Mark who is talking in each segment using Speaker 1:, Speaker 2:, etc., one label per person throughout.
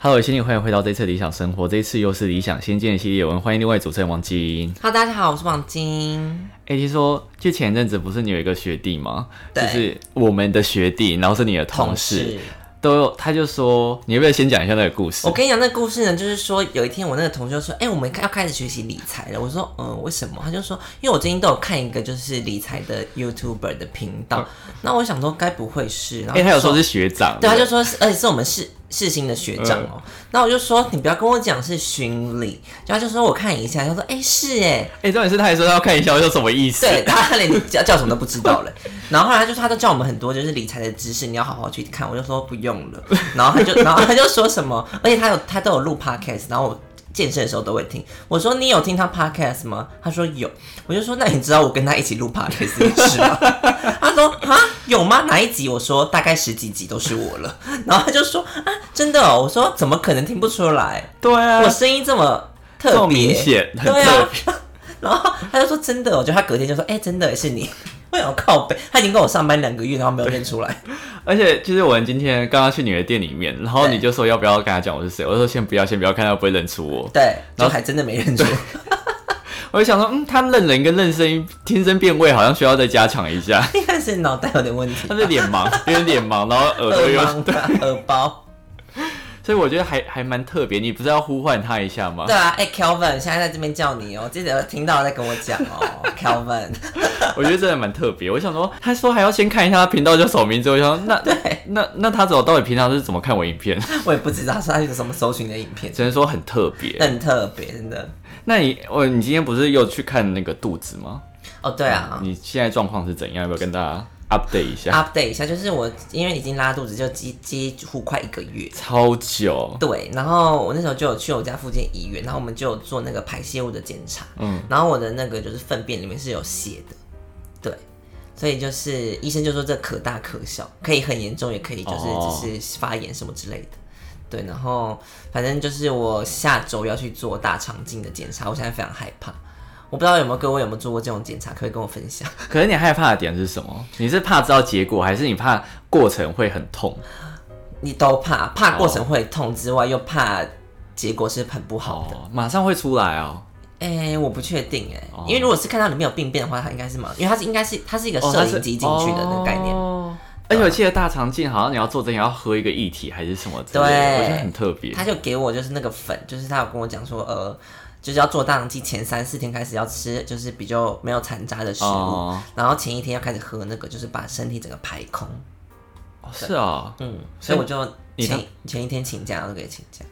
Speaker 1: Hello，仙女，欢迎回到这次理想生活。这一次又是理想仙剑系列，我们欢迎另外主持人王晶。
Speaker 2: 哈，大家好，我是王晶。
Speaker 1: 哎、听说就前阵子不是你有一个学弟吗？就
Speaker 2: 对
Speaker 1: 是我们的学弟，然后是你的同事，都有他就说，你要不要先讲一下那个故事
Speaker 2: 我？跟你讲，那故事呢，就是说有一天我那个同学就说：“哎、我们要开始学习理财了。”我说：“嗯，为什么？”他就说：“因为我最近都有看一个就是理财的 YouTuber 的频道。
Speaker 1: 嗯
Speaker 2: 那我想说，该不会是？然
Speaker 1: 哎、
Speaker 2: 后
Speaker 1: 他有
Speaker 2: 说
Speaker 1: 说是学长，
Speaker 2: 对，他就
Speaker 1: 不
Speaker 2: 说是，而且是我们世世新的学长
Speaker 1: 嗯
Speaker 2: 哦、那、我就说，你不要跟我讲是巡礼，然后他就说我看一下，他说，哎、是哎，
Speaker 1: 哎、重点是他还说他要看一下，我说什么意思？
Speaker 2: 对，他连你叫叫什么都不知道嘞。 然后后来他就说他都教我们很多就是理财的知识，你要好好去看。我就说不用了，然后他就然后他就说什么，而且他有他都有录 podcast，然后我。健身的时候都会听，我说你有听他 podcast 吗？他说有，我就说那你知道我跟他一起录 podcast 的事吗？ 他说啊有吗？哪一集？我说大概十几集都是我了， 然后他就说啊真的哦，我说怎么可能听不出来？
Speaker 1: 对啊
Speaker 2: 我，声音这么特别，
Speaker 1: 这么明显， 很
Speaker 2: 对
Speaker 1: 特
Speaker 2: 啊
Speaker 1: 别。，
Speaker 2: 然后他就说真的哦，就他隔天就说，哎、真的是你， 我有靠背，他已经跟我上班两个月，然后没有认出来，
Speaker 1: 而且就是我们今天刚刚去你的店里面，然后
Speaker 2: 对
Speaker 1: 你就说要不要跟他讲我是谁？我说先不要，先不要，看他会不会认出我。
Speaker 2: 对，
Speaker 1: 然后
Speaker 2: 就还真的没认出。
Speaker 1: 我就想说，嗯，他认人跟认声音、听声辨位好像需要再加强一下。
Speaker 2: 应该是脑袋有点问题
Speaker 1: 他，是脸盲，有点脸盲，然后耳朵
Speaker 2: 耳
Speaker 1: 有，
Speaker 2: 盲吧，耳包。
Speaker 1: 所以我觉得还还蛮特别。你不是要呼唤他一下吗
Speaker 2: 对？啊，哎、k e l v i n 现在在这边叫你哦，记得听到再跟我讲 哦，Kelvin。
Speaker 1: 我觉得真的蛮特别。我想说，他说还要先看一下他频道叫什么名字。我想说，那
Speaker 2: 对，
Speaker 1: 那那他走到底平常是怎么看我影片？
Speaker 2: 我也不知道是他有什么搜寻的影片，
Speaker 1: 只能说很特别。
Speaker 2: 很特别，真的。
Speaker 1: 那你我你今天不是又去看那个肚子吗？
Speaker 2: 哦，对啊。
Speaker 1: 你现在状况是怎样？要不要跟大家 update 一下？
Speaker 2: update 一下，就是我因为已经拉肚子，就几几乎快一个月，
Speaker 1: 超久，
Speaker 2: 对，然后我那时候就有去我家附近医院，然后我们就有做那个排泄物的检查，
Speaker 1: 嗯
Speaker 2: 嗯，然后我的那个就是粪便里面是有血的，对，所以就是医生就说这可大可小，可以很严重，也可以就是
Speaker 1: 哦
Speaker 2: 只是发炎什么之类的，对，然后反正就是我下周要去做大肠镜的检查，我现在非常害怕，我不知道有没有各位有没有做过这种检查，可以跟我分享。
Speaker 1: 可是你害怕的点是什么？你是怕知道结果，还是你怕过程会很痛？
Speaker 2: 你都怕，怕过程会痛之外，又怕结果是很不好的。
Speaker 1: 哦，马上会出来哦。
Speaker 2: 哎、我不确定哎、
Speaker 1: 哦
Speaker 2: 因为如果是看到里面有病变的话，它应该是嘛，因为它是应该哦是它是一个摄影机进去的那个概念，啊
Speaker 1: 哦而且我记得大肠镜好像你要做这个，你要喝一个液体还是什么之类的，
Speaker 2: 对
Speaker 1: 我觉得很特别
Speaker 2: 他。就给我就是那个粉，就是他有跟我讲说，呃，就是要做大肠镜前三四天开始要吃，就是比较没有残渣的食物，
Speaker 1: 哦
Speaker 2: 然后前一天要开始喝那个，就是把身体整个排空。
Speaker 1: 哦是啊、
Speaker 2: 嗯，所以我就
Speaker 1: 你
Speaker 2: 前前一天请假，然后就给请假。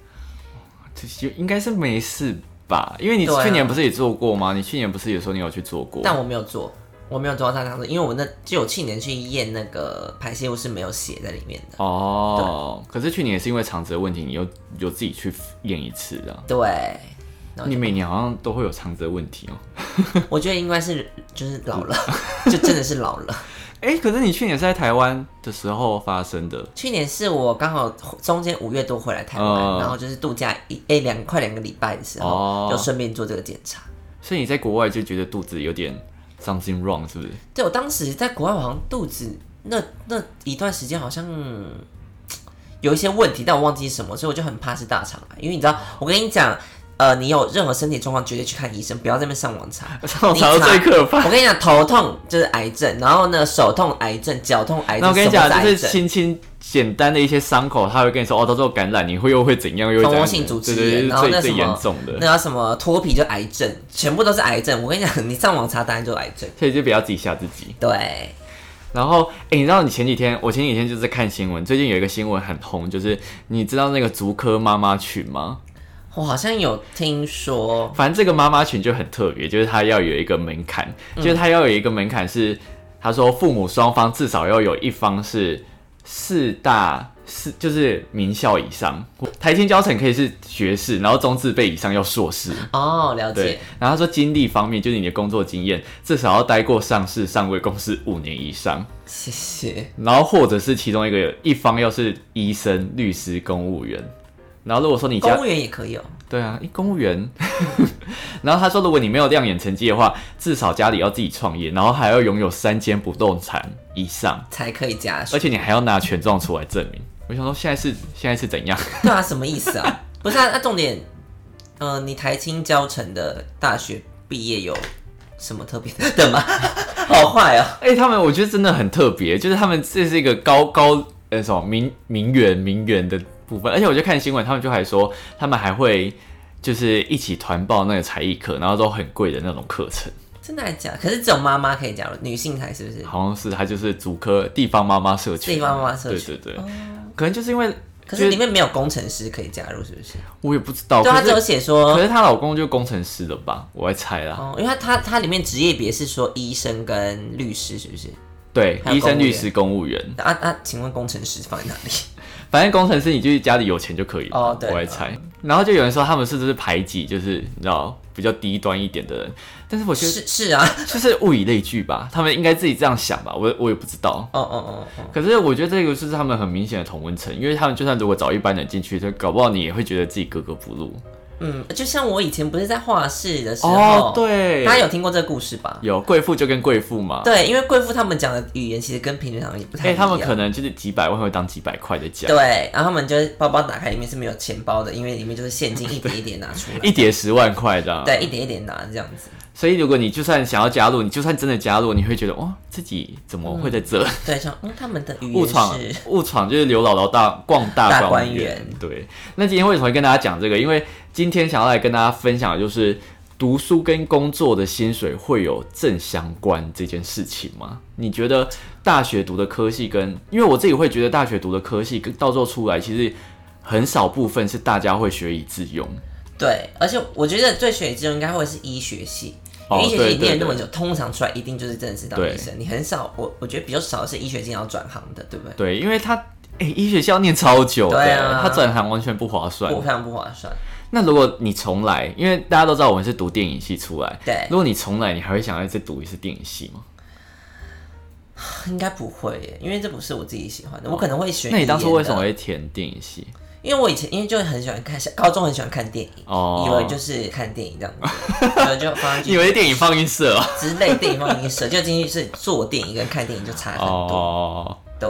Speaker 1: 这就应该是没事吧？因为你
Speaker 2: 对啊
Speaker 1: 去年不是也做过吗？你去年不是也说你有去做过？
Speaker 2: 但我没有做，我没有做到大肠镜，因为我那就我去年去验那个排泄物是没有血在里面的。
Speaker 1: 哦，可是去年也是因为肠子的问题，你又有自己去验一次的。
Speaker 2: 对，然后
Speaker 1: 你每年好像都会有肠子的问题哦。
Speaker 2: 我觉得应该是就是老了， 就真的是老了。
Speaker 1: 哎、可是你去年是在台湾的时候发生的，
Speaker 2: 去年是我刚好中间五月多回来台湾，
Speaker 1: 嗯
Speaker 2: 然后就是度假一诶两、快两个礼拜的时候，
Speaker 1: 哦
Speaker 2: 就顺便做这个检查。
Speaker 1: 所以你在国外就觉得肚子有点 something wrong，是不是？
Speaker 2: 对我当时在国外，我好像肚子那那一段时间好像嗯有一些问题，但我忘记是什么，所以我就很怕是大肠癌。因为你知道，我跟你讲，呃，你有任何身体状况，绝对去看医生，不要在那边上 网查。
Speaker 1: 肠
Speaker 2: 你
Speaker 1: 子最可怕。
Speaker 2: 我跟你讲，头痛就是癌症，然后呢，手痛癌症，脚痛癌
Speaker 1: 那
Speaker 2: 症，
Speaker 1: 我跟你
Speaker 2: 什么
Speaker 1: 讲，
Speaker 2: 癌
Speaker 1: 就是
Speaker 2: 症
Speaker 1: 轻轻简单的一些伤口，他会跟你说哦，到时候感染，你会又会怎样，又会怎
Speaker 2: 蜂
Speaker 1: 样，
Speaker 2: 窝性组织
Speaker 1: 对对
Speaker 2: 炎，
Speaker 1: 对，
Speaker 2: 然后那
Speaker 1: 最
Speaker 2: 什
Speaker 1: 最
Speaker 2: 么
Speaker 1: 严重的，
Speaker 2: 那叫什么脱皮就癌症，全部都是癌症。我跟你讲，你上网查答案就是癌症。
Speaker 1: 所以就不要自己吓自己。
Speaker 2: 对，
Speaker 1: 然后，哎，你知道你前几天，我前几天就是在看新闻，最近有一个新闻很红，就是你知道那个足科妈妈群吗？
Speaker 2: 我好像有听说，
Speaker 1: 反正这个妈妈群就很特别，就是她要有一个门槛，
Speaker 2: 嗯
Speaker 1: 就是她要有一个门槛是，她说父母双方至少要有一方是四大四，就是名校以上，台青教程可以是学士，然后中字辈以上要硕士。
Speaker 2: 哦，了
Speaker 1: 对
Speaker 2: 解，，
Speaker 1: 然后他说经历方面，就是你的工作经验至少要待过上市上位公司五年以上，
Speaker 2: 谢谢。
Speaker 1: 然后或者是其中一个一方要是医生、律师、公务员，然后如果说你家
Speaker 2: 公务员也可以哦，
Speaker 1: 对啊，一公务员。 然后他说，如果你没有亮眼成绩的话，至少家里要自己创业，然后还要拥有三间不动产以上，
Speaker 2: 才可以加税
Speaker 1: 而且你还要拿权状出来证明。我想说现在是现在是怎样？
Speaker 2: 对啊，什么意思啊？ 不是啊，那重点，呃，你台青教成的大学毕业有什么特别的吗？ 好坏哦，
Speaker 1: 哎、他们我觉得真的很特别，就是他们这是一个高高呃什么名名媛名媛的部分，而且我就看新闻，他们就还说他们还会就是一起团报那个才艺课，然后都很贵的那种课程，
Speaker 2: 真的还假的？可是只有妈妈可以加入，女性才是不是？
Speaker 1: 好像是他就是足科地方妈妈社区，
Speaker 2: 地方妈妈社区哦
Speaker 1: 对对对，可能就是因为
Speaker 2: 可
Speaker 1: 就是
Speaker 2: 里面没有工程师可以加入，是不是？
Speaker 1: 我也不知道，
Speaker 2: 对，啊他
Speaker 1: 可
Speaker 2: 只有
Speaker 1: 是
Speaker 2: 写
Speaker 1: 可
Speaker 2: 说，
Speaker 1: 是她老公就是工程师了吧？我在猜啦，
Speaker 2: 哦，因为他他他里面职业别是说医生跟律师，是不是？
Speaker 1: 对，
Speaker 2: 还有
Speaker 1: 医生、
Speaker 2: 公务
Speaker 1: 律
Speaker 2: 员
Speaker 1: 师、公务员，
Speaker 2: 啊啊，请问工程师放在哪 里？
Speaker 1: 反正工程师你就是家里有钱就可以了
Speaker 2: 哦对
Speaker 1: 我来猜。然后就有人说他们是不是排挤，就是你知道比较低端一点的人，但是我觉得
Speaker 2: 是是啊，
Speaker 1: 就是物以类聚吧，他们应该自己这样想吧，我我也不知道。
Speaker 2: 哦哦哦哦，
Speaker 1: 可是我觉得这个就是他们很明显的同温层，因为他们就算如果找一般人进去，就搞不好你也会觉得自己格格不入。
Speaker 2: 嗯，就像我以前不是在画室的时候，
Speaker 1: 哦，，对，
Speaker 2: 大家有听过这个故事吧？
Speaker 1: 有贵妇就跟贵妇嘛，
Speaker 2: 对，因为贵妇他们讲的语言其实跟平常人也不太
Speaker 1: 哎、
Speaker 2: 一样。
Speaker 1: 他们可能就是几百万会当几百块的讲，
Speaker 2: 对，然后他们就是包包打开，里面是没有钱包的，因为里面就是现金一点一点拿 出来，
Speaker 1: 一叠十万块这样。
Speaker 2: 对，一点一点拿这样子。
Speaker 1: 所以如果你就算想要加入，你就算真的加入，你会觉得哇，自己怎么会在这？
Speaker 2: 对，像嗯，他们的语
Speaker 1: 误
Speaker 2: 言
Speaker 1: 闯
Speaker 2: 是，
Speaker 1: 误闯就是刘姥姥大逛大
Speaker 2: 大
Speaker 1: 观
Speaker 2: 观
Speaker 1: 园
Speaker 2: 园。
Speaker 1: 对，那今天为什么会跟大家讲这个？因为今天想要来跟大家分享的就是读书跟工作的薪水会有正相关这件事情吗？你觉得大学读的科系跟，因为我自己会觉得大学读的科系跟到时候出来，其实很少部分是大家会学以致用。
Speaker 2: 对，而且我觉得最学之中应该会是医学系。因
Speaker 1: 哦
Speaker 2: 为医学
Speaker 1: 对
Speaker 2: 系念
Speaker 1: 对
Speaker 2: 那么久，通常出来一定就是真的是当
Speaker 1: 对
Speaker 2: 医生。你很少，我我觉得比较少是医学系要转行的，对不对？
Speaker 1: 对，因为他诶、医学系要念超久的，
Speaker 2: 对啊
Speaker 1: 他转行完全不划算
Speaker 2: 不。非常不划算。
Speaker 1: 那如果你重来，因为大家都知道我们是读电影系出来，
Speaker 2: 对
Speaker 1: 如果你重来，你还会想要再读一次电影系吗？
Speaker 2: 应该不会耶，因为这不是我自己喜欢的，我可能会选。
Speaker 1: 哦那你当初为什么？会填电影系？
Speaker 2: 因为我以前因为就很喜欢看，高中很喜欢看电影，
Speaker 1: 哦
Speaker 2: 以为就是看电影这样 子，所以就放
Speaker 1: 你以
Speaker 2: 进
Speaker 1: 为
Speaker 2: 去
Speaker 1: 电影放映社 啊
Speaker 2: 之类电影放进去，就进去是做电影跟看电影就差很多。
Speaker 1: 哦
Speaker 2: 对，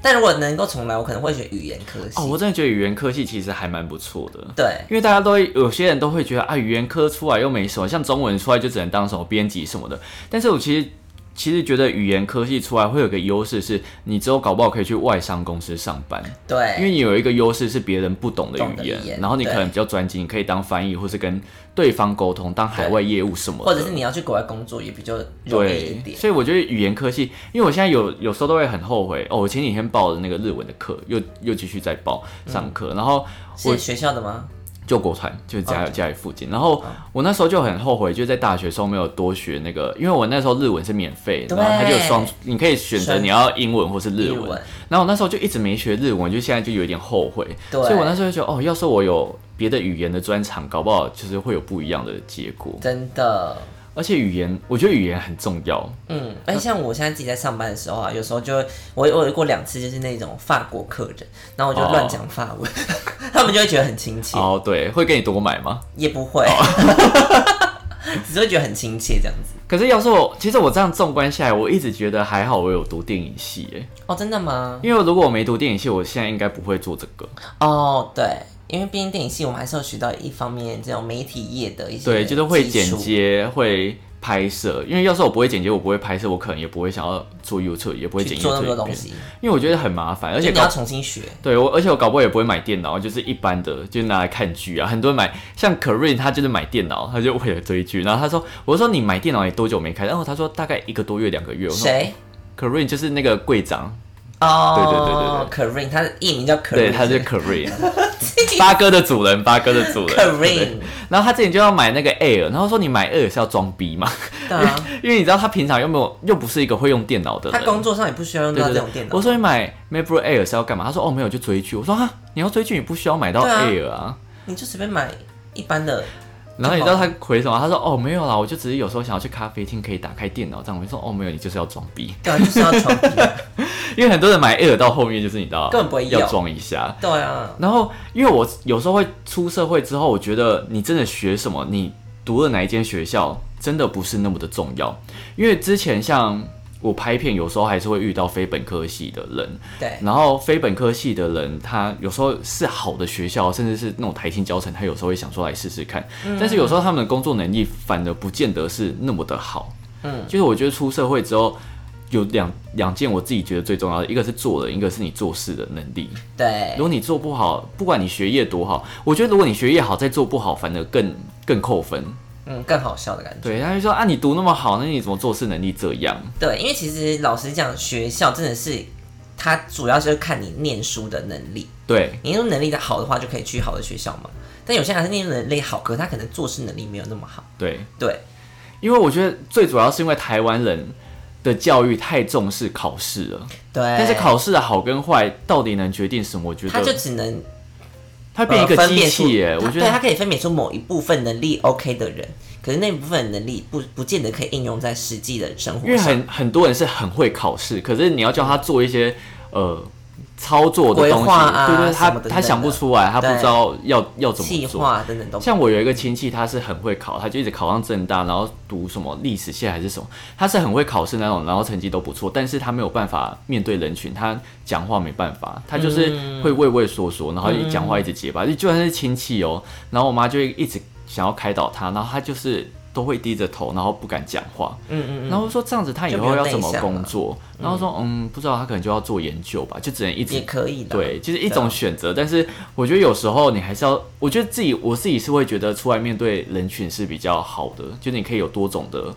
Speaker 2: 但如果能够重来，我可能会选语言科系。
Speaker 1: 哦，我真的觉得语言科系其实还蛮不错的，
Speaker 2: 对
Speaker 1: 因为大家都会有些人都会觉得啊，语言科出来又没什么，像中文出来就只能当什么编辑什么的。但是我其实其实觉得语言科系出来会有个优势，是你之后搞不好可以去外商公司上班，因为
Speaker 2: 对
Speaker 1: 你有一个优势是别人不懂的
Speaker 2: 懂
Speaker 1: 语
Speaker 2: 的
Speaker 1: 言，
Speaker 2: 语言
Speaker 1: 然后你可
Speaker 2: 对
Speaker 1: 能比较专精，你可以当翻译或是跟对方沟通，当海外业务什么的，
Speaker 2: 或者是你要去国外工作也比较容易一
Speaker 1: 对，
Speaker 2: 点。
Speaker 1: 所以我觉得语言科系，因为我现在有有时候都会很后悔哦，我前几天报的那个日文的课，又又继续在报上课，
Speaker 2: 嗯
Speaker 1: 然后我
Speaker 2: 是学校的吗？
Speaker 1: 就国团就是家、家里附近，然后我那时候就很后悔，就在大学时候没有多学那个，因为我那时候日文是免费，然
Speaker 2: 对
Speaker 1: 后它就有双，你可以选择
Speaker 2: 双
Speaker 1: 你要英文或是日
Speaker 2: 日
Speaker 1: 文，
Speaker 2: 文
Speaker 1: 然后我那时候就一直没学日文，我就现在就有点后悔，
Speaker 2: 对
Speaker 1: 所以我那时候就觉得哦，要是我有别的语言的专长，搞不好就是会有不一样的结果，
Speaker 2: 真的。
Speaker 1: 而且语言，我觉得语言很重要。
Speaker 2: 嗯，而且像我现在自己在上班的时候啊，有时候就会我我有过两次就是那种法国客人，然后我就乱讲法文， 他们就会觉得很亲切，
Speaker 1: 哦，对，会给你多买吗？
Speaker 2: 也不会，
Speaker 1: 哦
Speaker 2: 只是会觉得很亲切这样子。
Speaker 1: 可是要是我，其实我这样纵观下来，我一直觉得还好，我有读电影系诶，
Speaker 2: 哦，真的吗？
Speaker 1: 因为如果我没读电影系，我现在应该不会做这个。
Speaker 2: 哦，对，因为毕竟电影系我们还是有学到一方面这种媒体业的一些
Speaker 1: 对，就是会
Speaker 2: 基
Speaker 1: 剪
Speaker 2: 础，
Speaker 1: 接，会拍摄。因为要是我不会剪接，我不会拍摄，我可能也不会想要做 YouTube，也不会
Speaker 2: 去
Speaker 1: 剪
Speaker 2: 做那
Speaker 1: YouTube
Speaker 2: 么多
Speaker 1: 影
Speaker 2: 东
Speaker 1: 片，
Speaker 2: 西，
Speaker 1: 因为我觉得很麻烦，而
Speaker 2: 而
Speaker 1: 且
Speaker 2: 你要
Speaker 1: 搞
Speaker 2: 重新学。
Speaker 1: 对我，而且我搞不好也不会买电脑，就是一般的，就是拿来看剧啊。很多人买，像 Corin 他就是买电脑，他就为了追剧。然后他说，我说你买电脑也多久没开？然后他说大概一个多月、两个月。我说
Speaker 2: 谁？
Speaker 1: Corin 就是那个柜长，
Speaker 2: 哦，对对对对 k a r i n 他的艺名叫 k a r
Speaker 1: 对，
Speaker 2: i n
Speaker 1: 他是 Korean，八哥的主人，八哥的主 人
Speaker 2: k a r i
Speaker 1: 对
Speaker 2: n
Speaker 1: 然后他之前就要买那个 Air，然后说你买 Air 是要装逼嘛？
Speaker 2: 对啊，
Speaker 1: 因为你知道他平常又没有，又不是一个会用电脑的
Speaker 2: 他
Speaker 1: 人。
Speaker 2: 工作上也不需要用
Speaker 1: 对
Speaker 2: 到
Speaker 1: 对
Speaker 2: 这
Speaker 1: 对
Speaker 2: 种电，脑
Speaker 1: 我。说你买 MacBook Air 是要干嘛？他说哦没有，就追剧。我说哈，你要追剧你不需要买到
Speaker 2: 对啊
Speaker 1: Air 啊。
Speaker 2: 你就随便买一般的，
Speaker 1: 然后你知道他回什么？他说哦没有啦，我就只是有时候想要去咖啡厅可以打开电脑这样。我就说哦没有，你就是要装逼，
Speaker 2: 对啊，就是要床 底，
Speaker 1: 因为很多人买 Air 到后面就是你知道
Speaker 2: 根本不会
Speaker 1: 要
Speaker 2: 用
Speaker 1: 装一下。
Speaker 2: 对啊，
Speaker 1: 然后，因为我有时候会出社会之后，我觉得你真的学什么，你读了哪一间学校，真的不是那么的重要。因为之前像我拍片有时候还是会遇到非本科系的人，
Speaker 2: 对，
Speaker 1: 然后非本科系的人，他有时候是好的学校，甚至是那种台新教程，他有时候会想说来试试看。
Speaker 2: 嗯
Speaker 1: 但是有时候他们的工作能力反而不见得是那么的好。
Speaker 2: 嗯，
Speaker 1: 就是我觉得出社会之后，有两两件我自己觉得最重要的，一个是做人，一个是你做事的能力。
Speaker 2: 对
Speaker 1: 如，果你做不好，不管你学业多好，我觉得如果你学业好再做不好，反而更更扣分。
Speaker 2: 嗯，更好笑的感觉。
Speaker 1: 对，他就说啊，你读那么好，那你怎么做事能力这样？
Speaker 2: 对，因为其实老实讲，学校真的是它主要是看你念书的能力，
Speaker 1: 对，
Speaker 2: 你念书能力的好的话，就可以去好的学校嘛。但有些人还是念书能力好，可是他可能做事能力没有那么好。
Speaker 1: 对，
Speaker 2: 对，
Speaker 1: 因为我觉得最主要是因为台湾人的教育太重视考试了，
Speaker 2: 对，
Speaker 1: 但是考试的好跟坏到底能决定什么？我觉
Speaker 2: 他就
Speaker 1: 得
Speaker 2: 只能
Speaker 1: 它变一
Speaker 2: 呃
Speaker 1: 个
Speaker 2: 分
Speaker 1: 机
Speaker 2: 辨出，
Speaker 1: 器耶，我
Speaker 2: 他
Speaker 1: 觉
Speaker 2: 对他
Speaker 1: 得
Speaker 2: 可以分辨出某一部分能力 OK 的人，可是那部分能力不不见得可以应用在实际的生
Speaker 1: 因
Speaker 2: 活
Speaker 1: 为
Speaker 2: 上。
Speaker 1: 很很多人是很会考试，可是你要叫他做一些呃操作的
Speaker 2: 规
Speaker 1: 东西，
Speaker 2: 划啊
Speaker 1: 对对，他
Speaker 2: 什么等
Speaker 1: 他想
Speaker 2: 等
Speaker 1: 不
Speaker 2: 的
Speaker 1: 出来，他不
Speaker 2: 对
Speaker 1: 知道要要怎
Speaker 2: 计
Speaker 1: 么做。
Speaker 2: 划等等都
Speaker 1: 像我有一个亲戚，他是很会考，他就一直考上正大，然后读什么历史系还是什么，他是很会考试那种，然后成绩都不错，但是他没有办法面对人群，他讲话没办法，他
Speaker 2: 嗯
Speaker 1: 就是会畏畏缩缩，然后一讲话一直结巴，就就算是亲戚哦，然后我妈就会一直想要开导他，然后他就是都会低着头，然后不敢讲话，
Speaker 2: 嗯嗯，
Speaker 1: 然后说这样子他以
Speaker 2: 就比
Speaker 1: 后
Speaker 2: 较
Speaker 1: 要
Speaker 2: 内
Speaker 1: 怎么
Speaker 2: 向
Speaker 1: 工
Speaker 2: 了
Speaker 1: 作，然后说嗯不知道，他可能就要做研究吧，就只能一直
Speaker 2: 也可以的。
Speaker 1: 对，就是一种选择。
Speaker 2: 啊
Speaker 1: 但是我觉得有时候你还是要，我觉得自己我自己是会觉得出来面对人群是比较好的，就你可以有多种的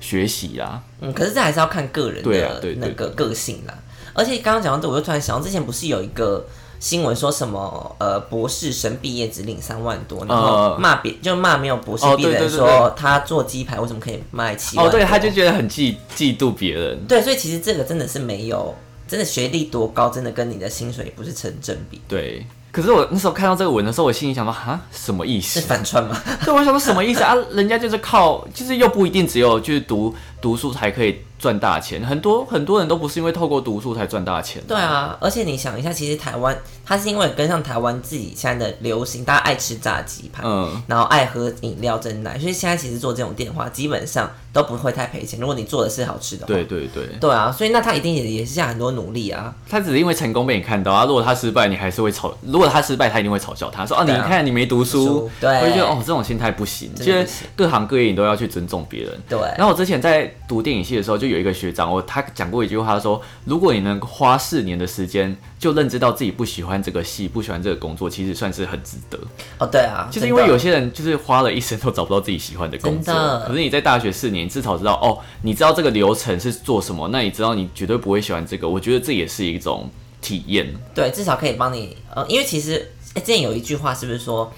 Speaker 1: 学习啊啦。
Speaker 2: 嗯，可是这还是要看个人
Speaker 1: 对啊
Speaker 2: 的
Speaker 1: 对
Speaker 2: 那
Speaker 1: 对
Speaker 2: 个个性啦。而且刚刚讲到这，我就突然想到，之前不是有一个新闻说什么呃博士生毕业只领三万多，然后
Speaker 1: 呃
Speaker 2: 骂别、就骂没有博士
Speaker 1: 哦
Speaker 2: 毕业的
Speaker 1: 对
Speaker 2: 人
Speaker 1: 对对对
Speaker 2: 说他做鸡排为什么可以卖七万
Speaker 1: 哦，
Speaker 2: 多？
Speaker 1: 对，他就觉得很嫉嫉妒别人。
Speaker 2: 对，所以其实这个真的是没有，真的学历多高，真的跟你的薪水也不是成正比，
Speaker 1: 对，可是我那时候看到这个文的时候，我心里想说，哈，什么意
Speaker 2: 是
Speaker 1: 思？
Speaker 2: 反串吗？
Speaker 1: 对，我想说什么意思啊？人家就是靠，就是又不一定只有就是读读书才可以赚大钱，很多很多人都不是因为透过读书才赚大钱。
Speaker 2: 对 啊，而且你想一下，其实台湾它是因为跟上台湾自己现在的流行，大家爱吃炸鸡排，
Speaker 1: 嗯，
Speaker 2: 然后爱喝饮料真奶，所以现在其实做这种电话基本上都不会太赔钱。如果你做的是好吃的话，
Speaker 1: 对对对，
Speaker 2: 对啊，所以那他一定也也是下很多努力啊。
Speaker 1: 他只是因为成功被你看到啊，如果他失败，你还是会嘲；如果他失败，他一定会嘲笑他说：“哦、你
Speaker 2: 对啊
Speaker 1: 看你没读书
Speaker 2: 书。”对
Speaker 1: 我就觉得哦，这种心态不行，
Speaker 2: 真
Speaker 1: 就
Speaker 2: 的不行
Speaker 1: 是各行各业你都要去尊重别人。
Speaker 2: 对，
Speaker 1: 然后我之前在读电影系的时候，就有一个学长，我他讲过一句话，他说：“如果你能花四年的时间就认知到自己不喜欢这个戏，不喜欢这个工作，其实算是很值得。
Speaker 2: 哦对啊，
Speaker 1: 就是因为
Speaker 2: 真的
Speaker 1: 有些人就是花了一生都找不到自己喜欢的工作
Speaker 2: 真的，
Speaker 1: 可是你在大学四年至少知道哦，你知道这个流程是做什么，那你知道你绝对不会喜欢这个，我觉得这也是一种体验。
Speaker 2: 对，至少可以帮你呃，因为其实诶之前有一句话是不是说？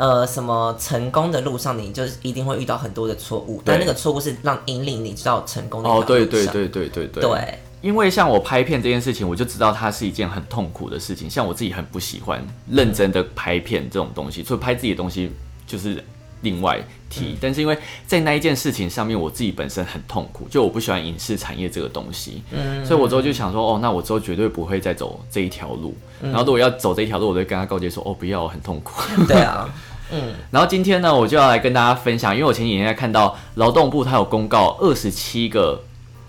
Speaker 2: 呃，什么成功的路上，你就是一定会遇到很多的错误，但那个错误是让引领你知道成功的
Speaker 1: 哦，
Speaker 2: 一条
Speaker 1: 对
Speaker 2: 路
Speaker 1: 对
Speaker 2: 上
Speaker 1: 对对对对。
Speaker 2: 对
Speaker 1: 因为像我拍片这件事情，我就知道它是一件很痛苦的事情，像我自己很不喜欢认真的拍片这种东西，所以拍自己的东西就是另外提。但是因为在那一件事情上面，我自己本身很痛苦，就我不喜欢影视产业这个东西，所以我之后就想说，哦，那我之后绝对不会再走这一条路。然后如果要走这一条路，我就跟他告诫说，哦，不要，很痛苦。
Speaker 2: 对啊，
Speaker 1: 然后今天呢，我就要来跟大家分享，因为我前几天在看到劳动部它有公告二十七个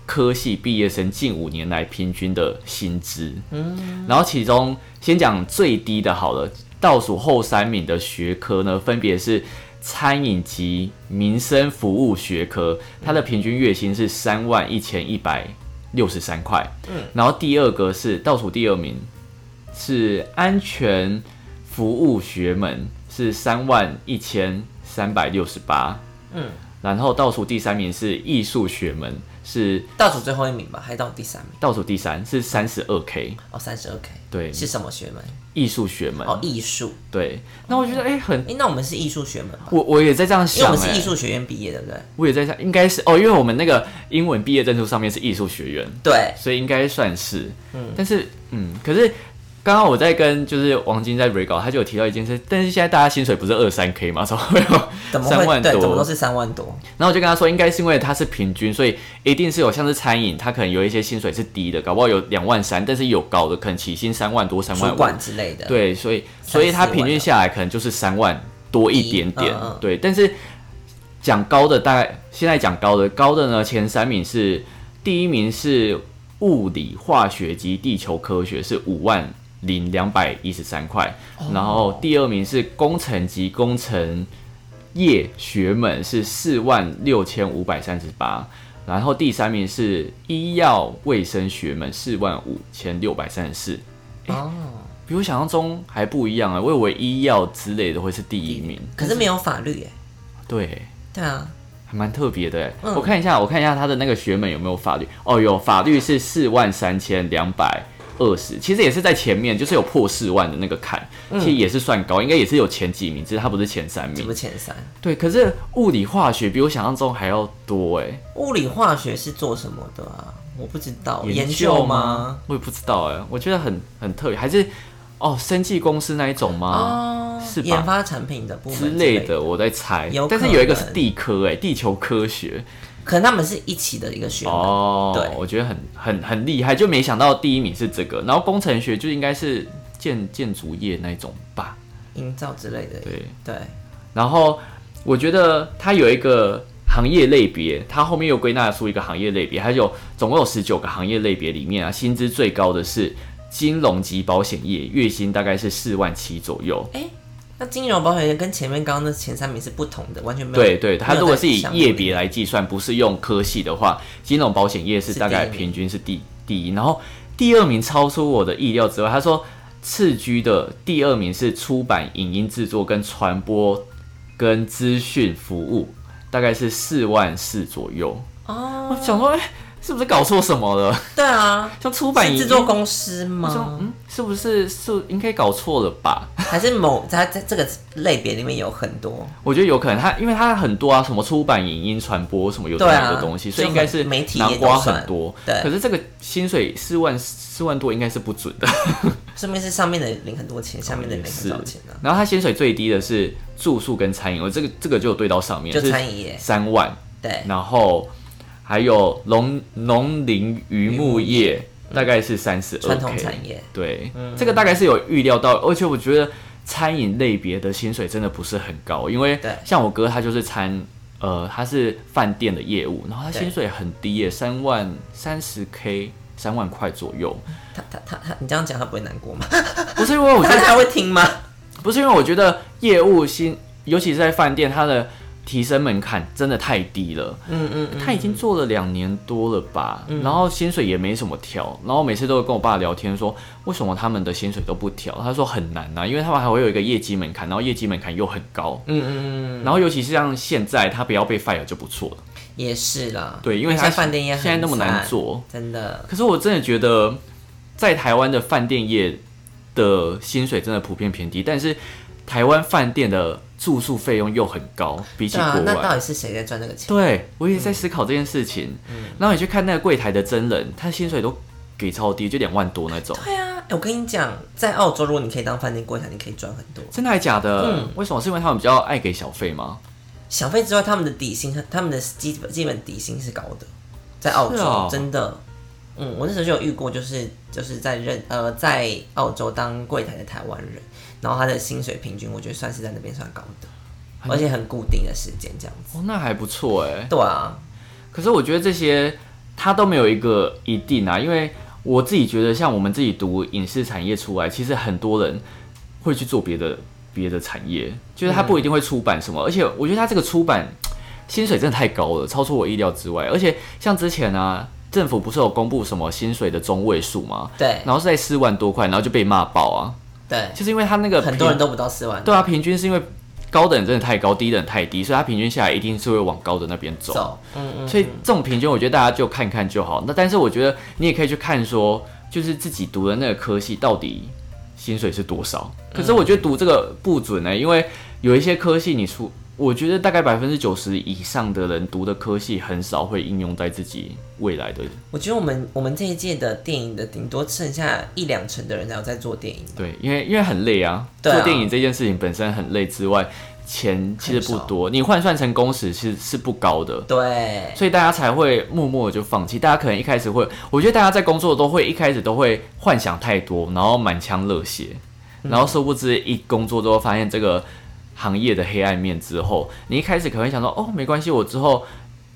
Speaker 1: 科系毕业生近五年来平均的薪资，嗯，然后其中先讲最低的好了，倒数后三名的学科呢，分别是餐饮及民生服务学科，它的平均月薪是三万一千一百六十三块，嗯，然后第二个是倒数第二名是安全服务学门是三万一千三百六十八，
Speaker 2: 嗯，
Speaker 1: 然后倒数第三名是艺术学门，是
Speaker 2: 倒数最后一名吧，还倒第三名
Speaker 1: 倒数第三是三十二 k，
Speaker 2: 哦，三十二 K
Speaker 1: 对，
Speaker 2: 是什么学门？
Speaker 1: 艺术学门，
Speaker 2: 哦，艺术。
Speaker 1: 对。那我觉得哎、很，
Speaker 2: 哎，那我们是艺术学门吧？
Speaker 1: 我我也在这样
Speaker 2: 因为
Speaker 1: 想、
Speaker 2: 我
Speaker 1: 哎，
Speaker 2: 们是艺，术学院毕业，对不对？
Speaker 1: 我也在想，应该是哦，因为我们那个英文毕业证书上面是艺术学院，
Speaker 2: 对，
Speaker 1: 所以应该算是。但是嗯，可是刚刚我在跟就是王晶在 re 稿，他就有提到一件事，但是现在大家薪水不是二三 k 嘛，怎么会有
Speaker 2: 怎么
Speaker 1: 三
Speaker 2: 会
Speaker 1: 万
Speaker 2: 对？怎么
Speaker 1: 多
Speaker 2: 都？是三万多？
Speaker 1: 然后我就跟他说，应该是因为它是平均，所以一定是有像是餐饮，它可能有一些薪水是低的，搞不好有两万三，但是有高的可能起薪三万多、三万
Speaker 2: 主
Speaker 1: 五。
Speaker 2: 管之类的。
Speaker 1: 对，所以
Speaker 2: 三
Speaker 1: 所以它
Speaker 2: 四
Speaker 1: 平
Speaker 2: 万
Speaker 1: 均
Speaker 2: 了
Speaker 1: 下来可能就是三万多一点点，
Speaker 2: 嗯嗯
Speaker 1: 对。但是讲高的大概现在讲高的，高的呢前三名是第一名是物理、化学及地球科学，是五万零两百一十三块。
Speaker 2: 哦
Speaker 1: 然后第二名是工程及工程业学门，是四万六千五百三十八。然后第三名是医药卫生学门，四万五千六百三十四，
Speaker 2: 哦，
Speaker 1: 比我想象中还不一样啊！我以为医药之类的会是第一名，
Speaker 2: 可是没有法律耶。
Speaker 1: 对，
Speaker 2: 对啊，
Speaker 1: 还蛮特别的欸、
Speaker 2: 嗯
Speaker 1: 我看一下，我看一下他的那个学门有没有法律。哦，有法律是四万三千两百二十，其实也是在前面，就是有破四万的那个坎，其实也是算高，应该也是有前几名，只是他不是前三
Speaker 2: 嗯怎
Speaker 1: 名
Speaker 2: 么。前三？
Speaker 1: 对，可是物理化学比我想象中还要多哎、
Speaker 2: 物理化学是做什么的啊？我不知道，研
Speaker 1: 究
Speaker 2: 吗？？
Speaker 1: 我也不知道哎、我觉得很很特别，还是哦，生技公司那一种吗？啊
Speaker 2: 哦
Speaker 1: 是吧
Speaker 2: 研发产品的部门
Speaker 1: 之
Speaker 2: 类
Speaker 1: 类，的，我在猜
Speaker 2: 有。
Speaker 1: 但是
Speaker 2: 可
Speaker 1: 有一个是
Speaker 2: 能
Speaker 1: 地科哎、地球科学。
Speaker 2: 可能他们是一起的一个学科。
Speaker 1: 哦，
Speaker 2: 对
Speaker 1: 我觉得很很很厉害，就没想到第一名是这个，然后工程学就应该是建建筑业那一种吧，
Speaker 2: 营造之类的。
Speaker 1: 对。
Speaker 2: 对，
Speaker 1: 然后我觉得它有一个行业类别，它后面又归纳出一个行业类别，它有总共有十九个行业类别里面啊，薪资最高的是金融及保险业，月薪大概是四万七左右。
Speaker 2: 那金融保险业跟前面刚刚的前三名是不同的，完全没有。
Speaker 1: 对对，它如果是以业别
Speaker 2: 来，
Speaker 1: 来计算，不是用科系的话，金融保险业是大概
Speaker 2: 是第一名
Speaker 1: 平均是第第一，然后第二名超出我的意料之外。他说，次居的第二名是出版、影音制作跟传播跟资讯服务，大概是四万四左右。
Speaker 2: 哦，
Speaker 1: 我想说，哎、是不是搞错什么了？
Speaker 2: 对啊，
Speaker 1: 像出版、影
Speaker 2: 是
Speaker 1: 音
Speaker 2: 制作，公司
Speaker 1: 我说
Speaker 2: 吗？
Speaker 1: 嗯，是不是是应该搞错了吧？
Speaker 2: 还是某在在这个类别里面有很多？
Speaker 1: 我觉得有可能他，因为他很多啊，什么出版、影音、传播什么有的
Speaker 2: 对
Speaker 1: 没
Speaker 2: 啊
Speaker 1: 有的东西，
Speaker 2: 就
Speaker 1: 所以应该是
Speaker 2: 很媒体
Speaker 1: 南
Speaker 2: 也
Speaker 1: 瓜
Speaker 2: 都算
Speaker 1: 很多。
Speaker 2: 对
Speaker 1: 可是这个薪水四万四万多应该是不准的。
Speaker 2: 说明是上面的领很多
Speaker 1: 哦
Speaker 2: 钱，下面的领很
Speaker 1: 是
Speaker 2: 少钱呢、啊
Speaker 1: 然后他薪水最低的是住宿跟餐饮，我这个这个就有哎对到上面，
Speaker 2: 就是餐饮业
Speaker 1: 三万，
Speaker 2: 对，
Speaker 1: 然后还有农农林渔牧业大概是三十二
Speaker 2: 传
Speaker 1: k，
Speaker 2: 统产业。
Speaker 1: 对，这个大概是有预料到，而且我觉得餐饮类别的薪水真的不是很高，因为
Speaker 2: 对
Speaker 1: 像我哥他就是餐，呃，他是饭店的业务，然后他
Speaker 2: 对
Speaker 1: 薪水很低耶，三万三十 K，三万块左右。
Speaker 2: 他他他他，你这样讲他不会难 过吗？
Speaker 1: 不是因为我觉
Speaker 2: 他
Speaker 1: 得，
Speaker 2: 他会听吗？
Speaker 1: 不是因为我觉得业务薪，尤其是在饭店，它的提升门槛真的太低了。
Speaker 2: 嗯嗯嗯，
Speaker 1: 他已经做了两年多了吧，然后薪水也没什么调，然后每次都会跟我爸聊天说，为什么他们的薪水都不调？他说很难啊呐、因为他们还会有一个业绩门槛，然后业绩门槛又很高，
Speaker 2: 嗯嗯嗯，
Speaker 1: 然后尤其是像现在他不要被 fire 就不错了，
Speaker 2: 也是啦。
Speaker 1: 对，因为他
Speaker 2: 像饭店业
Speaker 1: 现在那么难
Speaker 2: 很
Speaker 1: 做，
Speaker 2: 惨，真的。
Speaker 1: 可是我真的觉得在台湾的饭店业的薪水真的普遍偏低，但是台湾饭店的住宿费用又很高，比起
Speaker 2: 对
Speaker 1: 国
Speaker 2: 啊，那
Speaker 1: 外。
Speaker 2: 到底是谁在赚这个钱？
Speaker 1: 对，我也在思考这件事情。
Speaker 2: 嗯
Speaker 1: 然后你去看那个柜台的真人，他薪水都给超低，就两万多那种。
Speaker 2: 对啊，哎我跟你讲，在澳洲，如果你可以当饭店柜台，你可以赚很多。
Speaker 1: 真的还假的？为什么？是因为他们比较爱给小费吗？
Speaker 2: 小费之外，他们的底薪，他们的基本基本底薪是高的，在澳
Speaker 1: 是
Speaker 2: 洲、
Speaker 1: 哦
Speaker 2: 真的。嗯，我那时候就有遇过，就是就是在认呃在澳洲当柜台的台湾人，然后他的薪水平均，我觉得算是在那边算高的，而且很固定的时间这样子。
Speaker 1: 哦，那还不错哎。
Speaker 2: 对啊，
Speaker 1: 可是我觉得这些他都没有一个一定啊，因为我自己觉得，像我们自己读影视产业出来，其实很多人会去做别的别的产业，就是他不一定会出版什
Speaker 2: 嗯
Speaker 1: 么，而且我觉得他这个出版薪水真的太高了，超出我意料之外。而且像之前啊，政府不是有公布什么薪水的中位数吗？
Speaker 2: 对
Speaker 1: 然后是在四万多块，然后就被骂爆啊，
Speaker 2: 对，
Speaker 1: 就是因为他那个
Speaker 2: 很多人
Speaker 1: 都
Speaker 2: 都不到四万
Speaker 1: 对啊，平均是因为高的人真的太高，低的人太低，所以他平均下来一定是会往高的那边走。
Speaker 2: 走，嗯嗯，
Speaker 1: 所以这种平均，我觉得大家就看看就好。那但是我觉得你也可以去看说，就是自己读的那个科系到底薪水是多少。可是我
Speaker 2: 嗯
Speaker 1: 觉得读这个不准呢、欸因为有一些科系你出，我觉得大概百分之九十以上的人读的科系很少会应用在自己未来的
Speaker 2: 我觉得我们我们这一届的电影的顶多剩下一两成的人才有在做电影，
Speaker 1: 对，因为因为很累啊，
Speaker 2: 对啊
Speaker 1: 做电影这件事情本身很累之外，钱其实不多，你换算成工时是是不高的。
Speaker 2: 对，
Speaker 1: 所以大家才会默默的就放弃。大家可能一开始会，我觉得大家在工作都会一开始都会幻想太多，然后满腔热血，然后殊不知一工作之后发现这个行业的黑暗面之后，你一开始可能会想说，哦，没关系，我之后。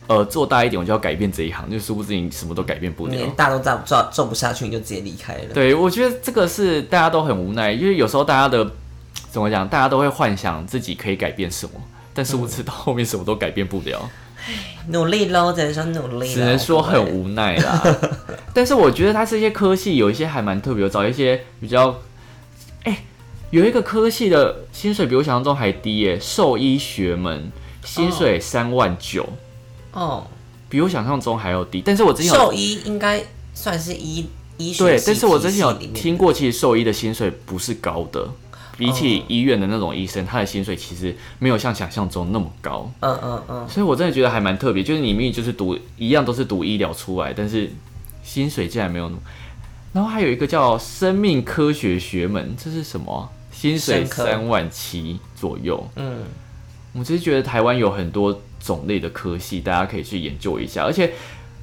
Speaker 1: 呃做大一点，我就要改变这一行，就殊不知你什么都改变不
Speaker 2: 你
Speaker 1: 了
Speaker 2: 连。大都做做做不下去，你就直接离开了。
Speaker 1: 对，我觉得这个是大家都很无奈，因为有时候大家的怎么讲，大家都会幻想自己可以改变什么，但殊不知到后面什么都改变不了。
Speaker 2: 努力喽，只能说努力咯，
Speaker 1: 只能说很
Speaker 2: 对
Speaker 1: 无奈啦。 但是我觉得它这些科系有一些还蛮特别，我找一些比较，哎、有一个科系的薪水比我想象中还低耶、兽医学门薪水三万九、
Speaker 2: 哦。
Speaker 1: 比我想象中还要低。但是我之前有
Speaker 2: 兽医应该算是医医学
Speaker 1: 对
Speaker 2: 系，
Speaker 1: 但是我之前有
Speaker 2: 体系里面
Speaker 1: 听过，其实兽医的薪水不是高的，比起医院的那种医生，他的薪水其实没有像想象中那么高。
Speaker 2: 嗯嗯嗯，
Speaker 1: 所以我真的觉得还蛮特别，就是你明明就是读一样都是读医疗出来，但是薪水竟然没有那么。然后还有一个叫生命科学学门，这是什么啊？薪水
Speaker 2: 生科
Speaker 1: 三万七左右。
Speaker 2: 嗯，
Speaker 1: 我只是觉得台湾有很多种类的科系，大家可以去研究一下，而且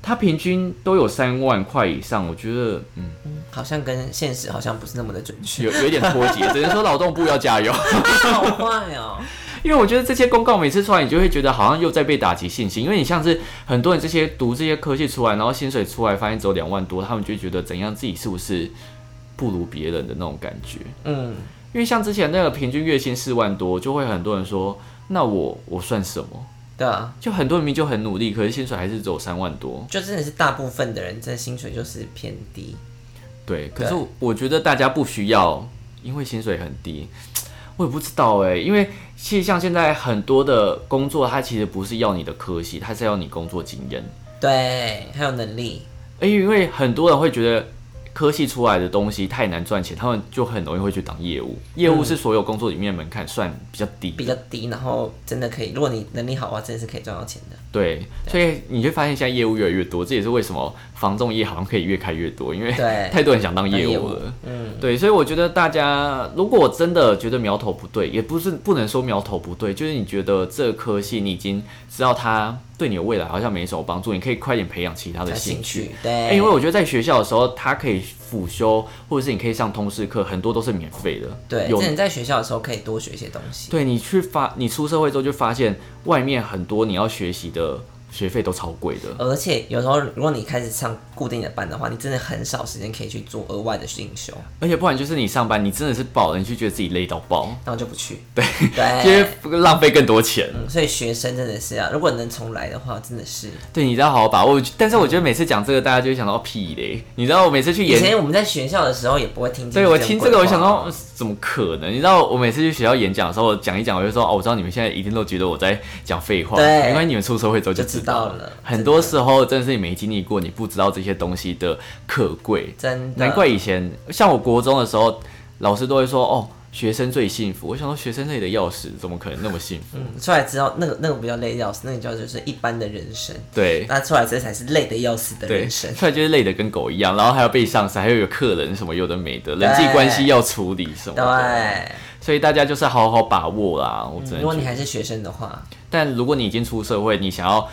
Speaker 1: 它平均都有三万块以上，我觉得嗯
Speaker 2: 好像跟现实好像不是那么的准 确，
Speaker 1: 有有一点脱节，只能说劳动部要加油。
Speaker 2: 好坏哦。
Speaker 1: 因为我觉得这些公告每次出来，你就会觉得好像又在被打击信心。因为你像是很多人这些读这些科技出来，然后薪水出来，发现只有两万多，他们就觉得怎样自己是不是不如别人的那种感觉。
Speaker 2: 嗯，
Speaker 1: 因为像之前那个平均月薪四万多，就会很多人说，那我我算什么？
Speaker 2: 对啊，
Speaker 1: 就很多人明明就很努力，可是薪水还是只有三万多。
Speaker 2: 就真的是大部分的人，真的薪水就是偏低。
Speaker 1: 对，可是我觉得大家不需要，因为薪水很低。我也不知道哎、因为其实像现在很多的工作，它其实不是要你的科系，它是要你工作经验。
Speaker 2: 对，还有能力，
Speaker 1: 哎，因为很多人会觉得科系出来的东西太难赚钱，他们就很容易会去当业务。业务是所有工作里面门槛算比较低，
Speaker 2: 比较低，然后真的可以，如果你能力好的话，真的是可以赚到钱的。
Speaker 1: 对，所以你会发现现在业务越来越多，这也是为什么房仲业好像可以越开越多，因为
Speaker 2: 对
Speaker 1: 太多人想当业
Speaker 2: 当业
Speaker 1: 务
Speaker 2: 务
Speaker 1: 了。嗯，对，所以我觉得大家如果真的觉得苗头不对，也不是不能说苗头不对，就是你觉得这科系你已经知道它对你的未来好像没什么帮助，你可以快点培养其他的
Speaker 2: 有
Speaker 1: 兴
Speaker 2: 兴
Speaker 1: 趣。
Speaker 2: 趣，哎
Speaker 1: 欸
Speaker 2: 对，
Speaker 1: 因为我觉得在学校的时候，它可以辅修，或者是你可以上通识课，很多都是免费的。
Speaker 2: 对，
Speaker 1: 有
Speaker 2: 真的在学校的时候可以多学一些东西。
Speaker 1: 对你去发，你出社会之后就发现，外面很多你要学习的学费都超贵的。
Speaker 2: 而且有时候，如果你开始上固定的班的话，你真的很少时间可以去做额外的进修，
Speaker 1: 而且不然就是你上班，你真的是爆了，你就觉得自己累到爆，
Speaker 2: 然后就不去。对
Speaker 1: 因
Speaker 2: 对
Speaker 1: 为，浪费更多钱。
Speaker 2: 哎嗯所以学生真的是啊，如果能重来的话，真的是。
Speaker 1: 对，你一定要好好把握。但是我觉得每次讲这个，大家就会想到哦屁嘞。你知道我每次去
Speaker 2: 以
Speaker 1: 演
Speaker 2: 前我们在学校的时候也不会听进
Speaker 1: 对，
Speaker 2: 去
Speaker 1: 我
Speaker 2: 种
Speaker 1: 听这
Speaker 2: 鬼
Speaker 1: 个，我
Speaker 2: 话
Speaker 1: 想到呃怎么可能？你知道，我每次去学校演讲的时候，我讲一讲，我就说哦，我知道你们现在一定都觉得我在讲废话，
Speaker 2: 对
Speaker 1: 没关系，你们出社会之后就
Speaker 2: 就
Speaker 1: 道
Speaker 2: 知道了
Speaker 1: 很多时候真的是你没经历过，你不知道这些东西的可贵。
Speaker 2: 真的
Speaker 1: 难怪以前像我国中的时候，老师都会说哦，学生最幸福。我想说，学生那里的钥匙怎么可能那么幸福？
Speaker 2: 嗯，出来之后，那个那个不叫累得要死，那个叫就是一般的人生。
Speaker 1: 对。
Speaker 2: 那出来这才是累得要死的
Speaker 1: 对，
Speaker 2: 人生。
Speaker 1: 出来就是累得跟狗一样，然后还要被上司，还要有客人什么有的没的，人际关系要处理什么
Speaker 2: 对，
Speaker 1: 的，所以大家就是好好把握啦。我只能
Speaker 2: 如果你还是学生的话，
Speaker 1: 但如果你已经出社会，你想要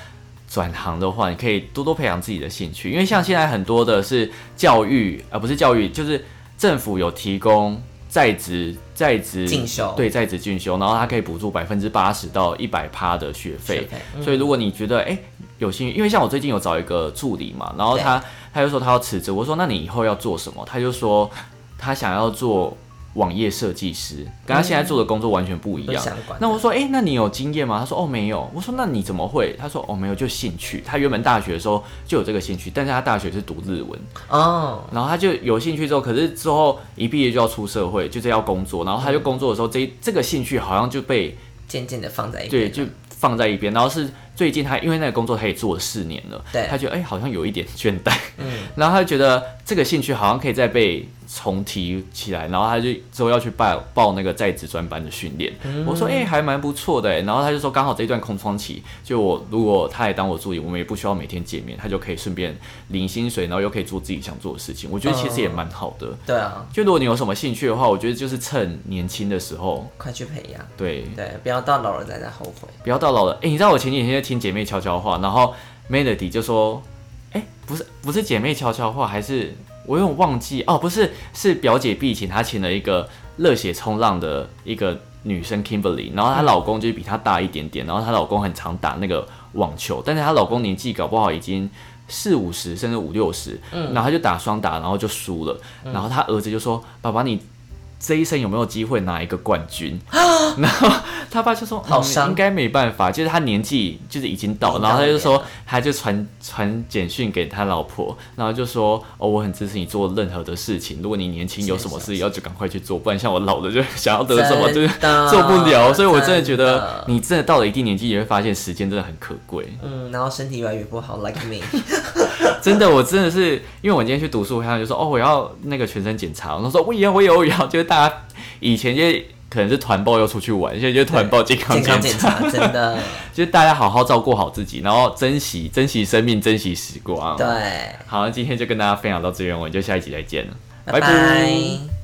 Speaker 1: 转行的话，你可以多多培养自己的兴趣，因为像现在很多的是教育，呃而、不是教育，就是政府有提供在职在职
Speaker 2: 进修
Speaker 1: 对在职进修，然后它可以补助百分之八十到一百趴的学
Speaker 2: 学
Speaker 1: 费
Speaker 2: 费，
Speaker 1: 所以如果你觉得哎、诶有兴趣，因为像我最近有找一个助理嘛，然后他他就说他要辞职，我说那你以后要做什么？他就说他想要做网页设计师，跟他现在做的工作完全不一
Speaker 2: 嗯不
Speaker 1: 样。
Speaker 2: 相关的。
Speaker 1: 那我说，哎、那你有经验吗？他说，哦，没有。我说，那你怎么会？他说，哦，没有，就兴趣。他原本大学的时候就有这个兴趣，但是他大学是读日文，
Speaker 2: 哦，
Speaker 1: 然后他就有兴趣之后，可是之后一毕业就要出社会，就是要工作，然后他
Speaker 2: 嗯
Speaker 1: 就工作的时候，这一这个兴趣好像就被
Speaker 2: 渐渐的放在一
Speaker 1: 对
Speaker 2: 边。
Speaker 1: 就放在一边。然后是最近他因为那个工作他也做了四年了，
Speaker 2: 对嗯
Speaker 1: 他觉得哎、诶好像有一点倦怠， 然后他就觉得这个兴趣好像可以再被重提起来，然后他就之后要去报报那个在职专班的训练。
Speaker 2: 嗯
Speaker 1: 我说哎、诶还蛮不错的诶，欸然后他就说刚好这一段空窗期，就我如果他也当我助理，我们也不需要每天见面，他就可以顺便领薪水，然后又可以做自己想做的事情。我觉得其
Speaker 2: 嗯
Speaker 1: 实也蛮好的。
Speaker 2: 对啊，
Speaker 1: 就如果你有什么兴趣的话，我觉得就是趁年轻的时候，
Speaker 2: 快去培养。
Speaker 1: 对，
Speaker 2: 对，不要到老了再再后悔。
Speaker 1: 不要到老了。哎、你知道我前几天在听姐妹悄悄话，然后 Melody 就说，哎、不是不是姐妹悄悄话，还是我有点忘记哦，不是是表姐碧琴，她请了一个热血冲浪的一个女生 Kimberly，然后她老公就是比她大一点点，然后她老公很常打那个网球，但是她老公年纪搞不好已经四五十甚至五六十，
Speaker 2: 嗯
Speaker 1: 然后她就打双打，然后就输了，然后她儿子就说：“爸爸，你这一生有没有机会拿一个冠军？” 然后他爸就说：“
Speaker 2: 好
Speaker 1: 嗯、
Speaker 2: 伤
Speaker 1: 应该没办法，就是他年纪就是已经到，
Speaker 2: 已经
Speaker 1: 然后
Speaker 2: 到
Speaker 1: 他
Speaker 2: 了
Speaker 1: 就说，他就传传简讯给他老婆，然后就说：“哦，我很支持你做任何的事情，如果你年轻有什么事要就赶快去做，不然像我老了就 想要得什么就是
Speaker 2: 真的
Speaker 1: 做不了。”所以，我真的觉
Speaker 2: 真
Speaker 1: 得
Speaker 2: 的
Speaker 1: 你真的到了一定年纪，你会发现时间真的很可贵。
Speaker 2: 嗯，然后身体越来越不好，like me。
Speaker 1: 真的，我真的是因为我今天去读书，他就说：“哦，我要那个全身检查。”然后说：“我也要，我也要，我也要。”就是大家以前就是可能是团报要出去玩，现在就是团报健康
Speaker 2: 健康
Speaker 1: 检
Speaker 2: 检
Speaker 1: 查。
Speaker 2: 查 真的
Speaker 1: 就是大家好好照顾好自己，然后珍惜珍惜生命，珍惜时光。
Speaker 2: 对，
Speaker 1: 好，今天就跟大家分享到这边，我们就下一集再见了，拜
Speaker 2: 拜拜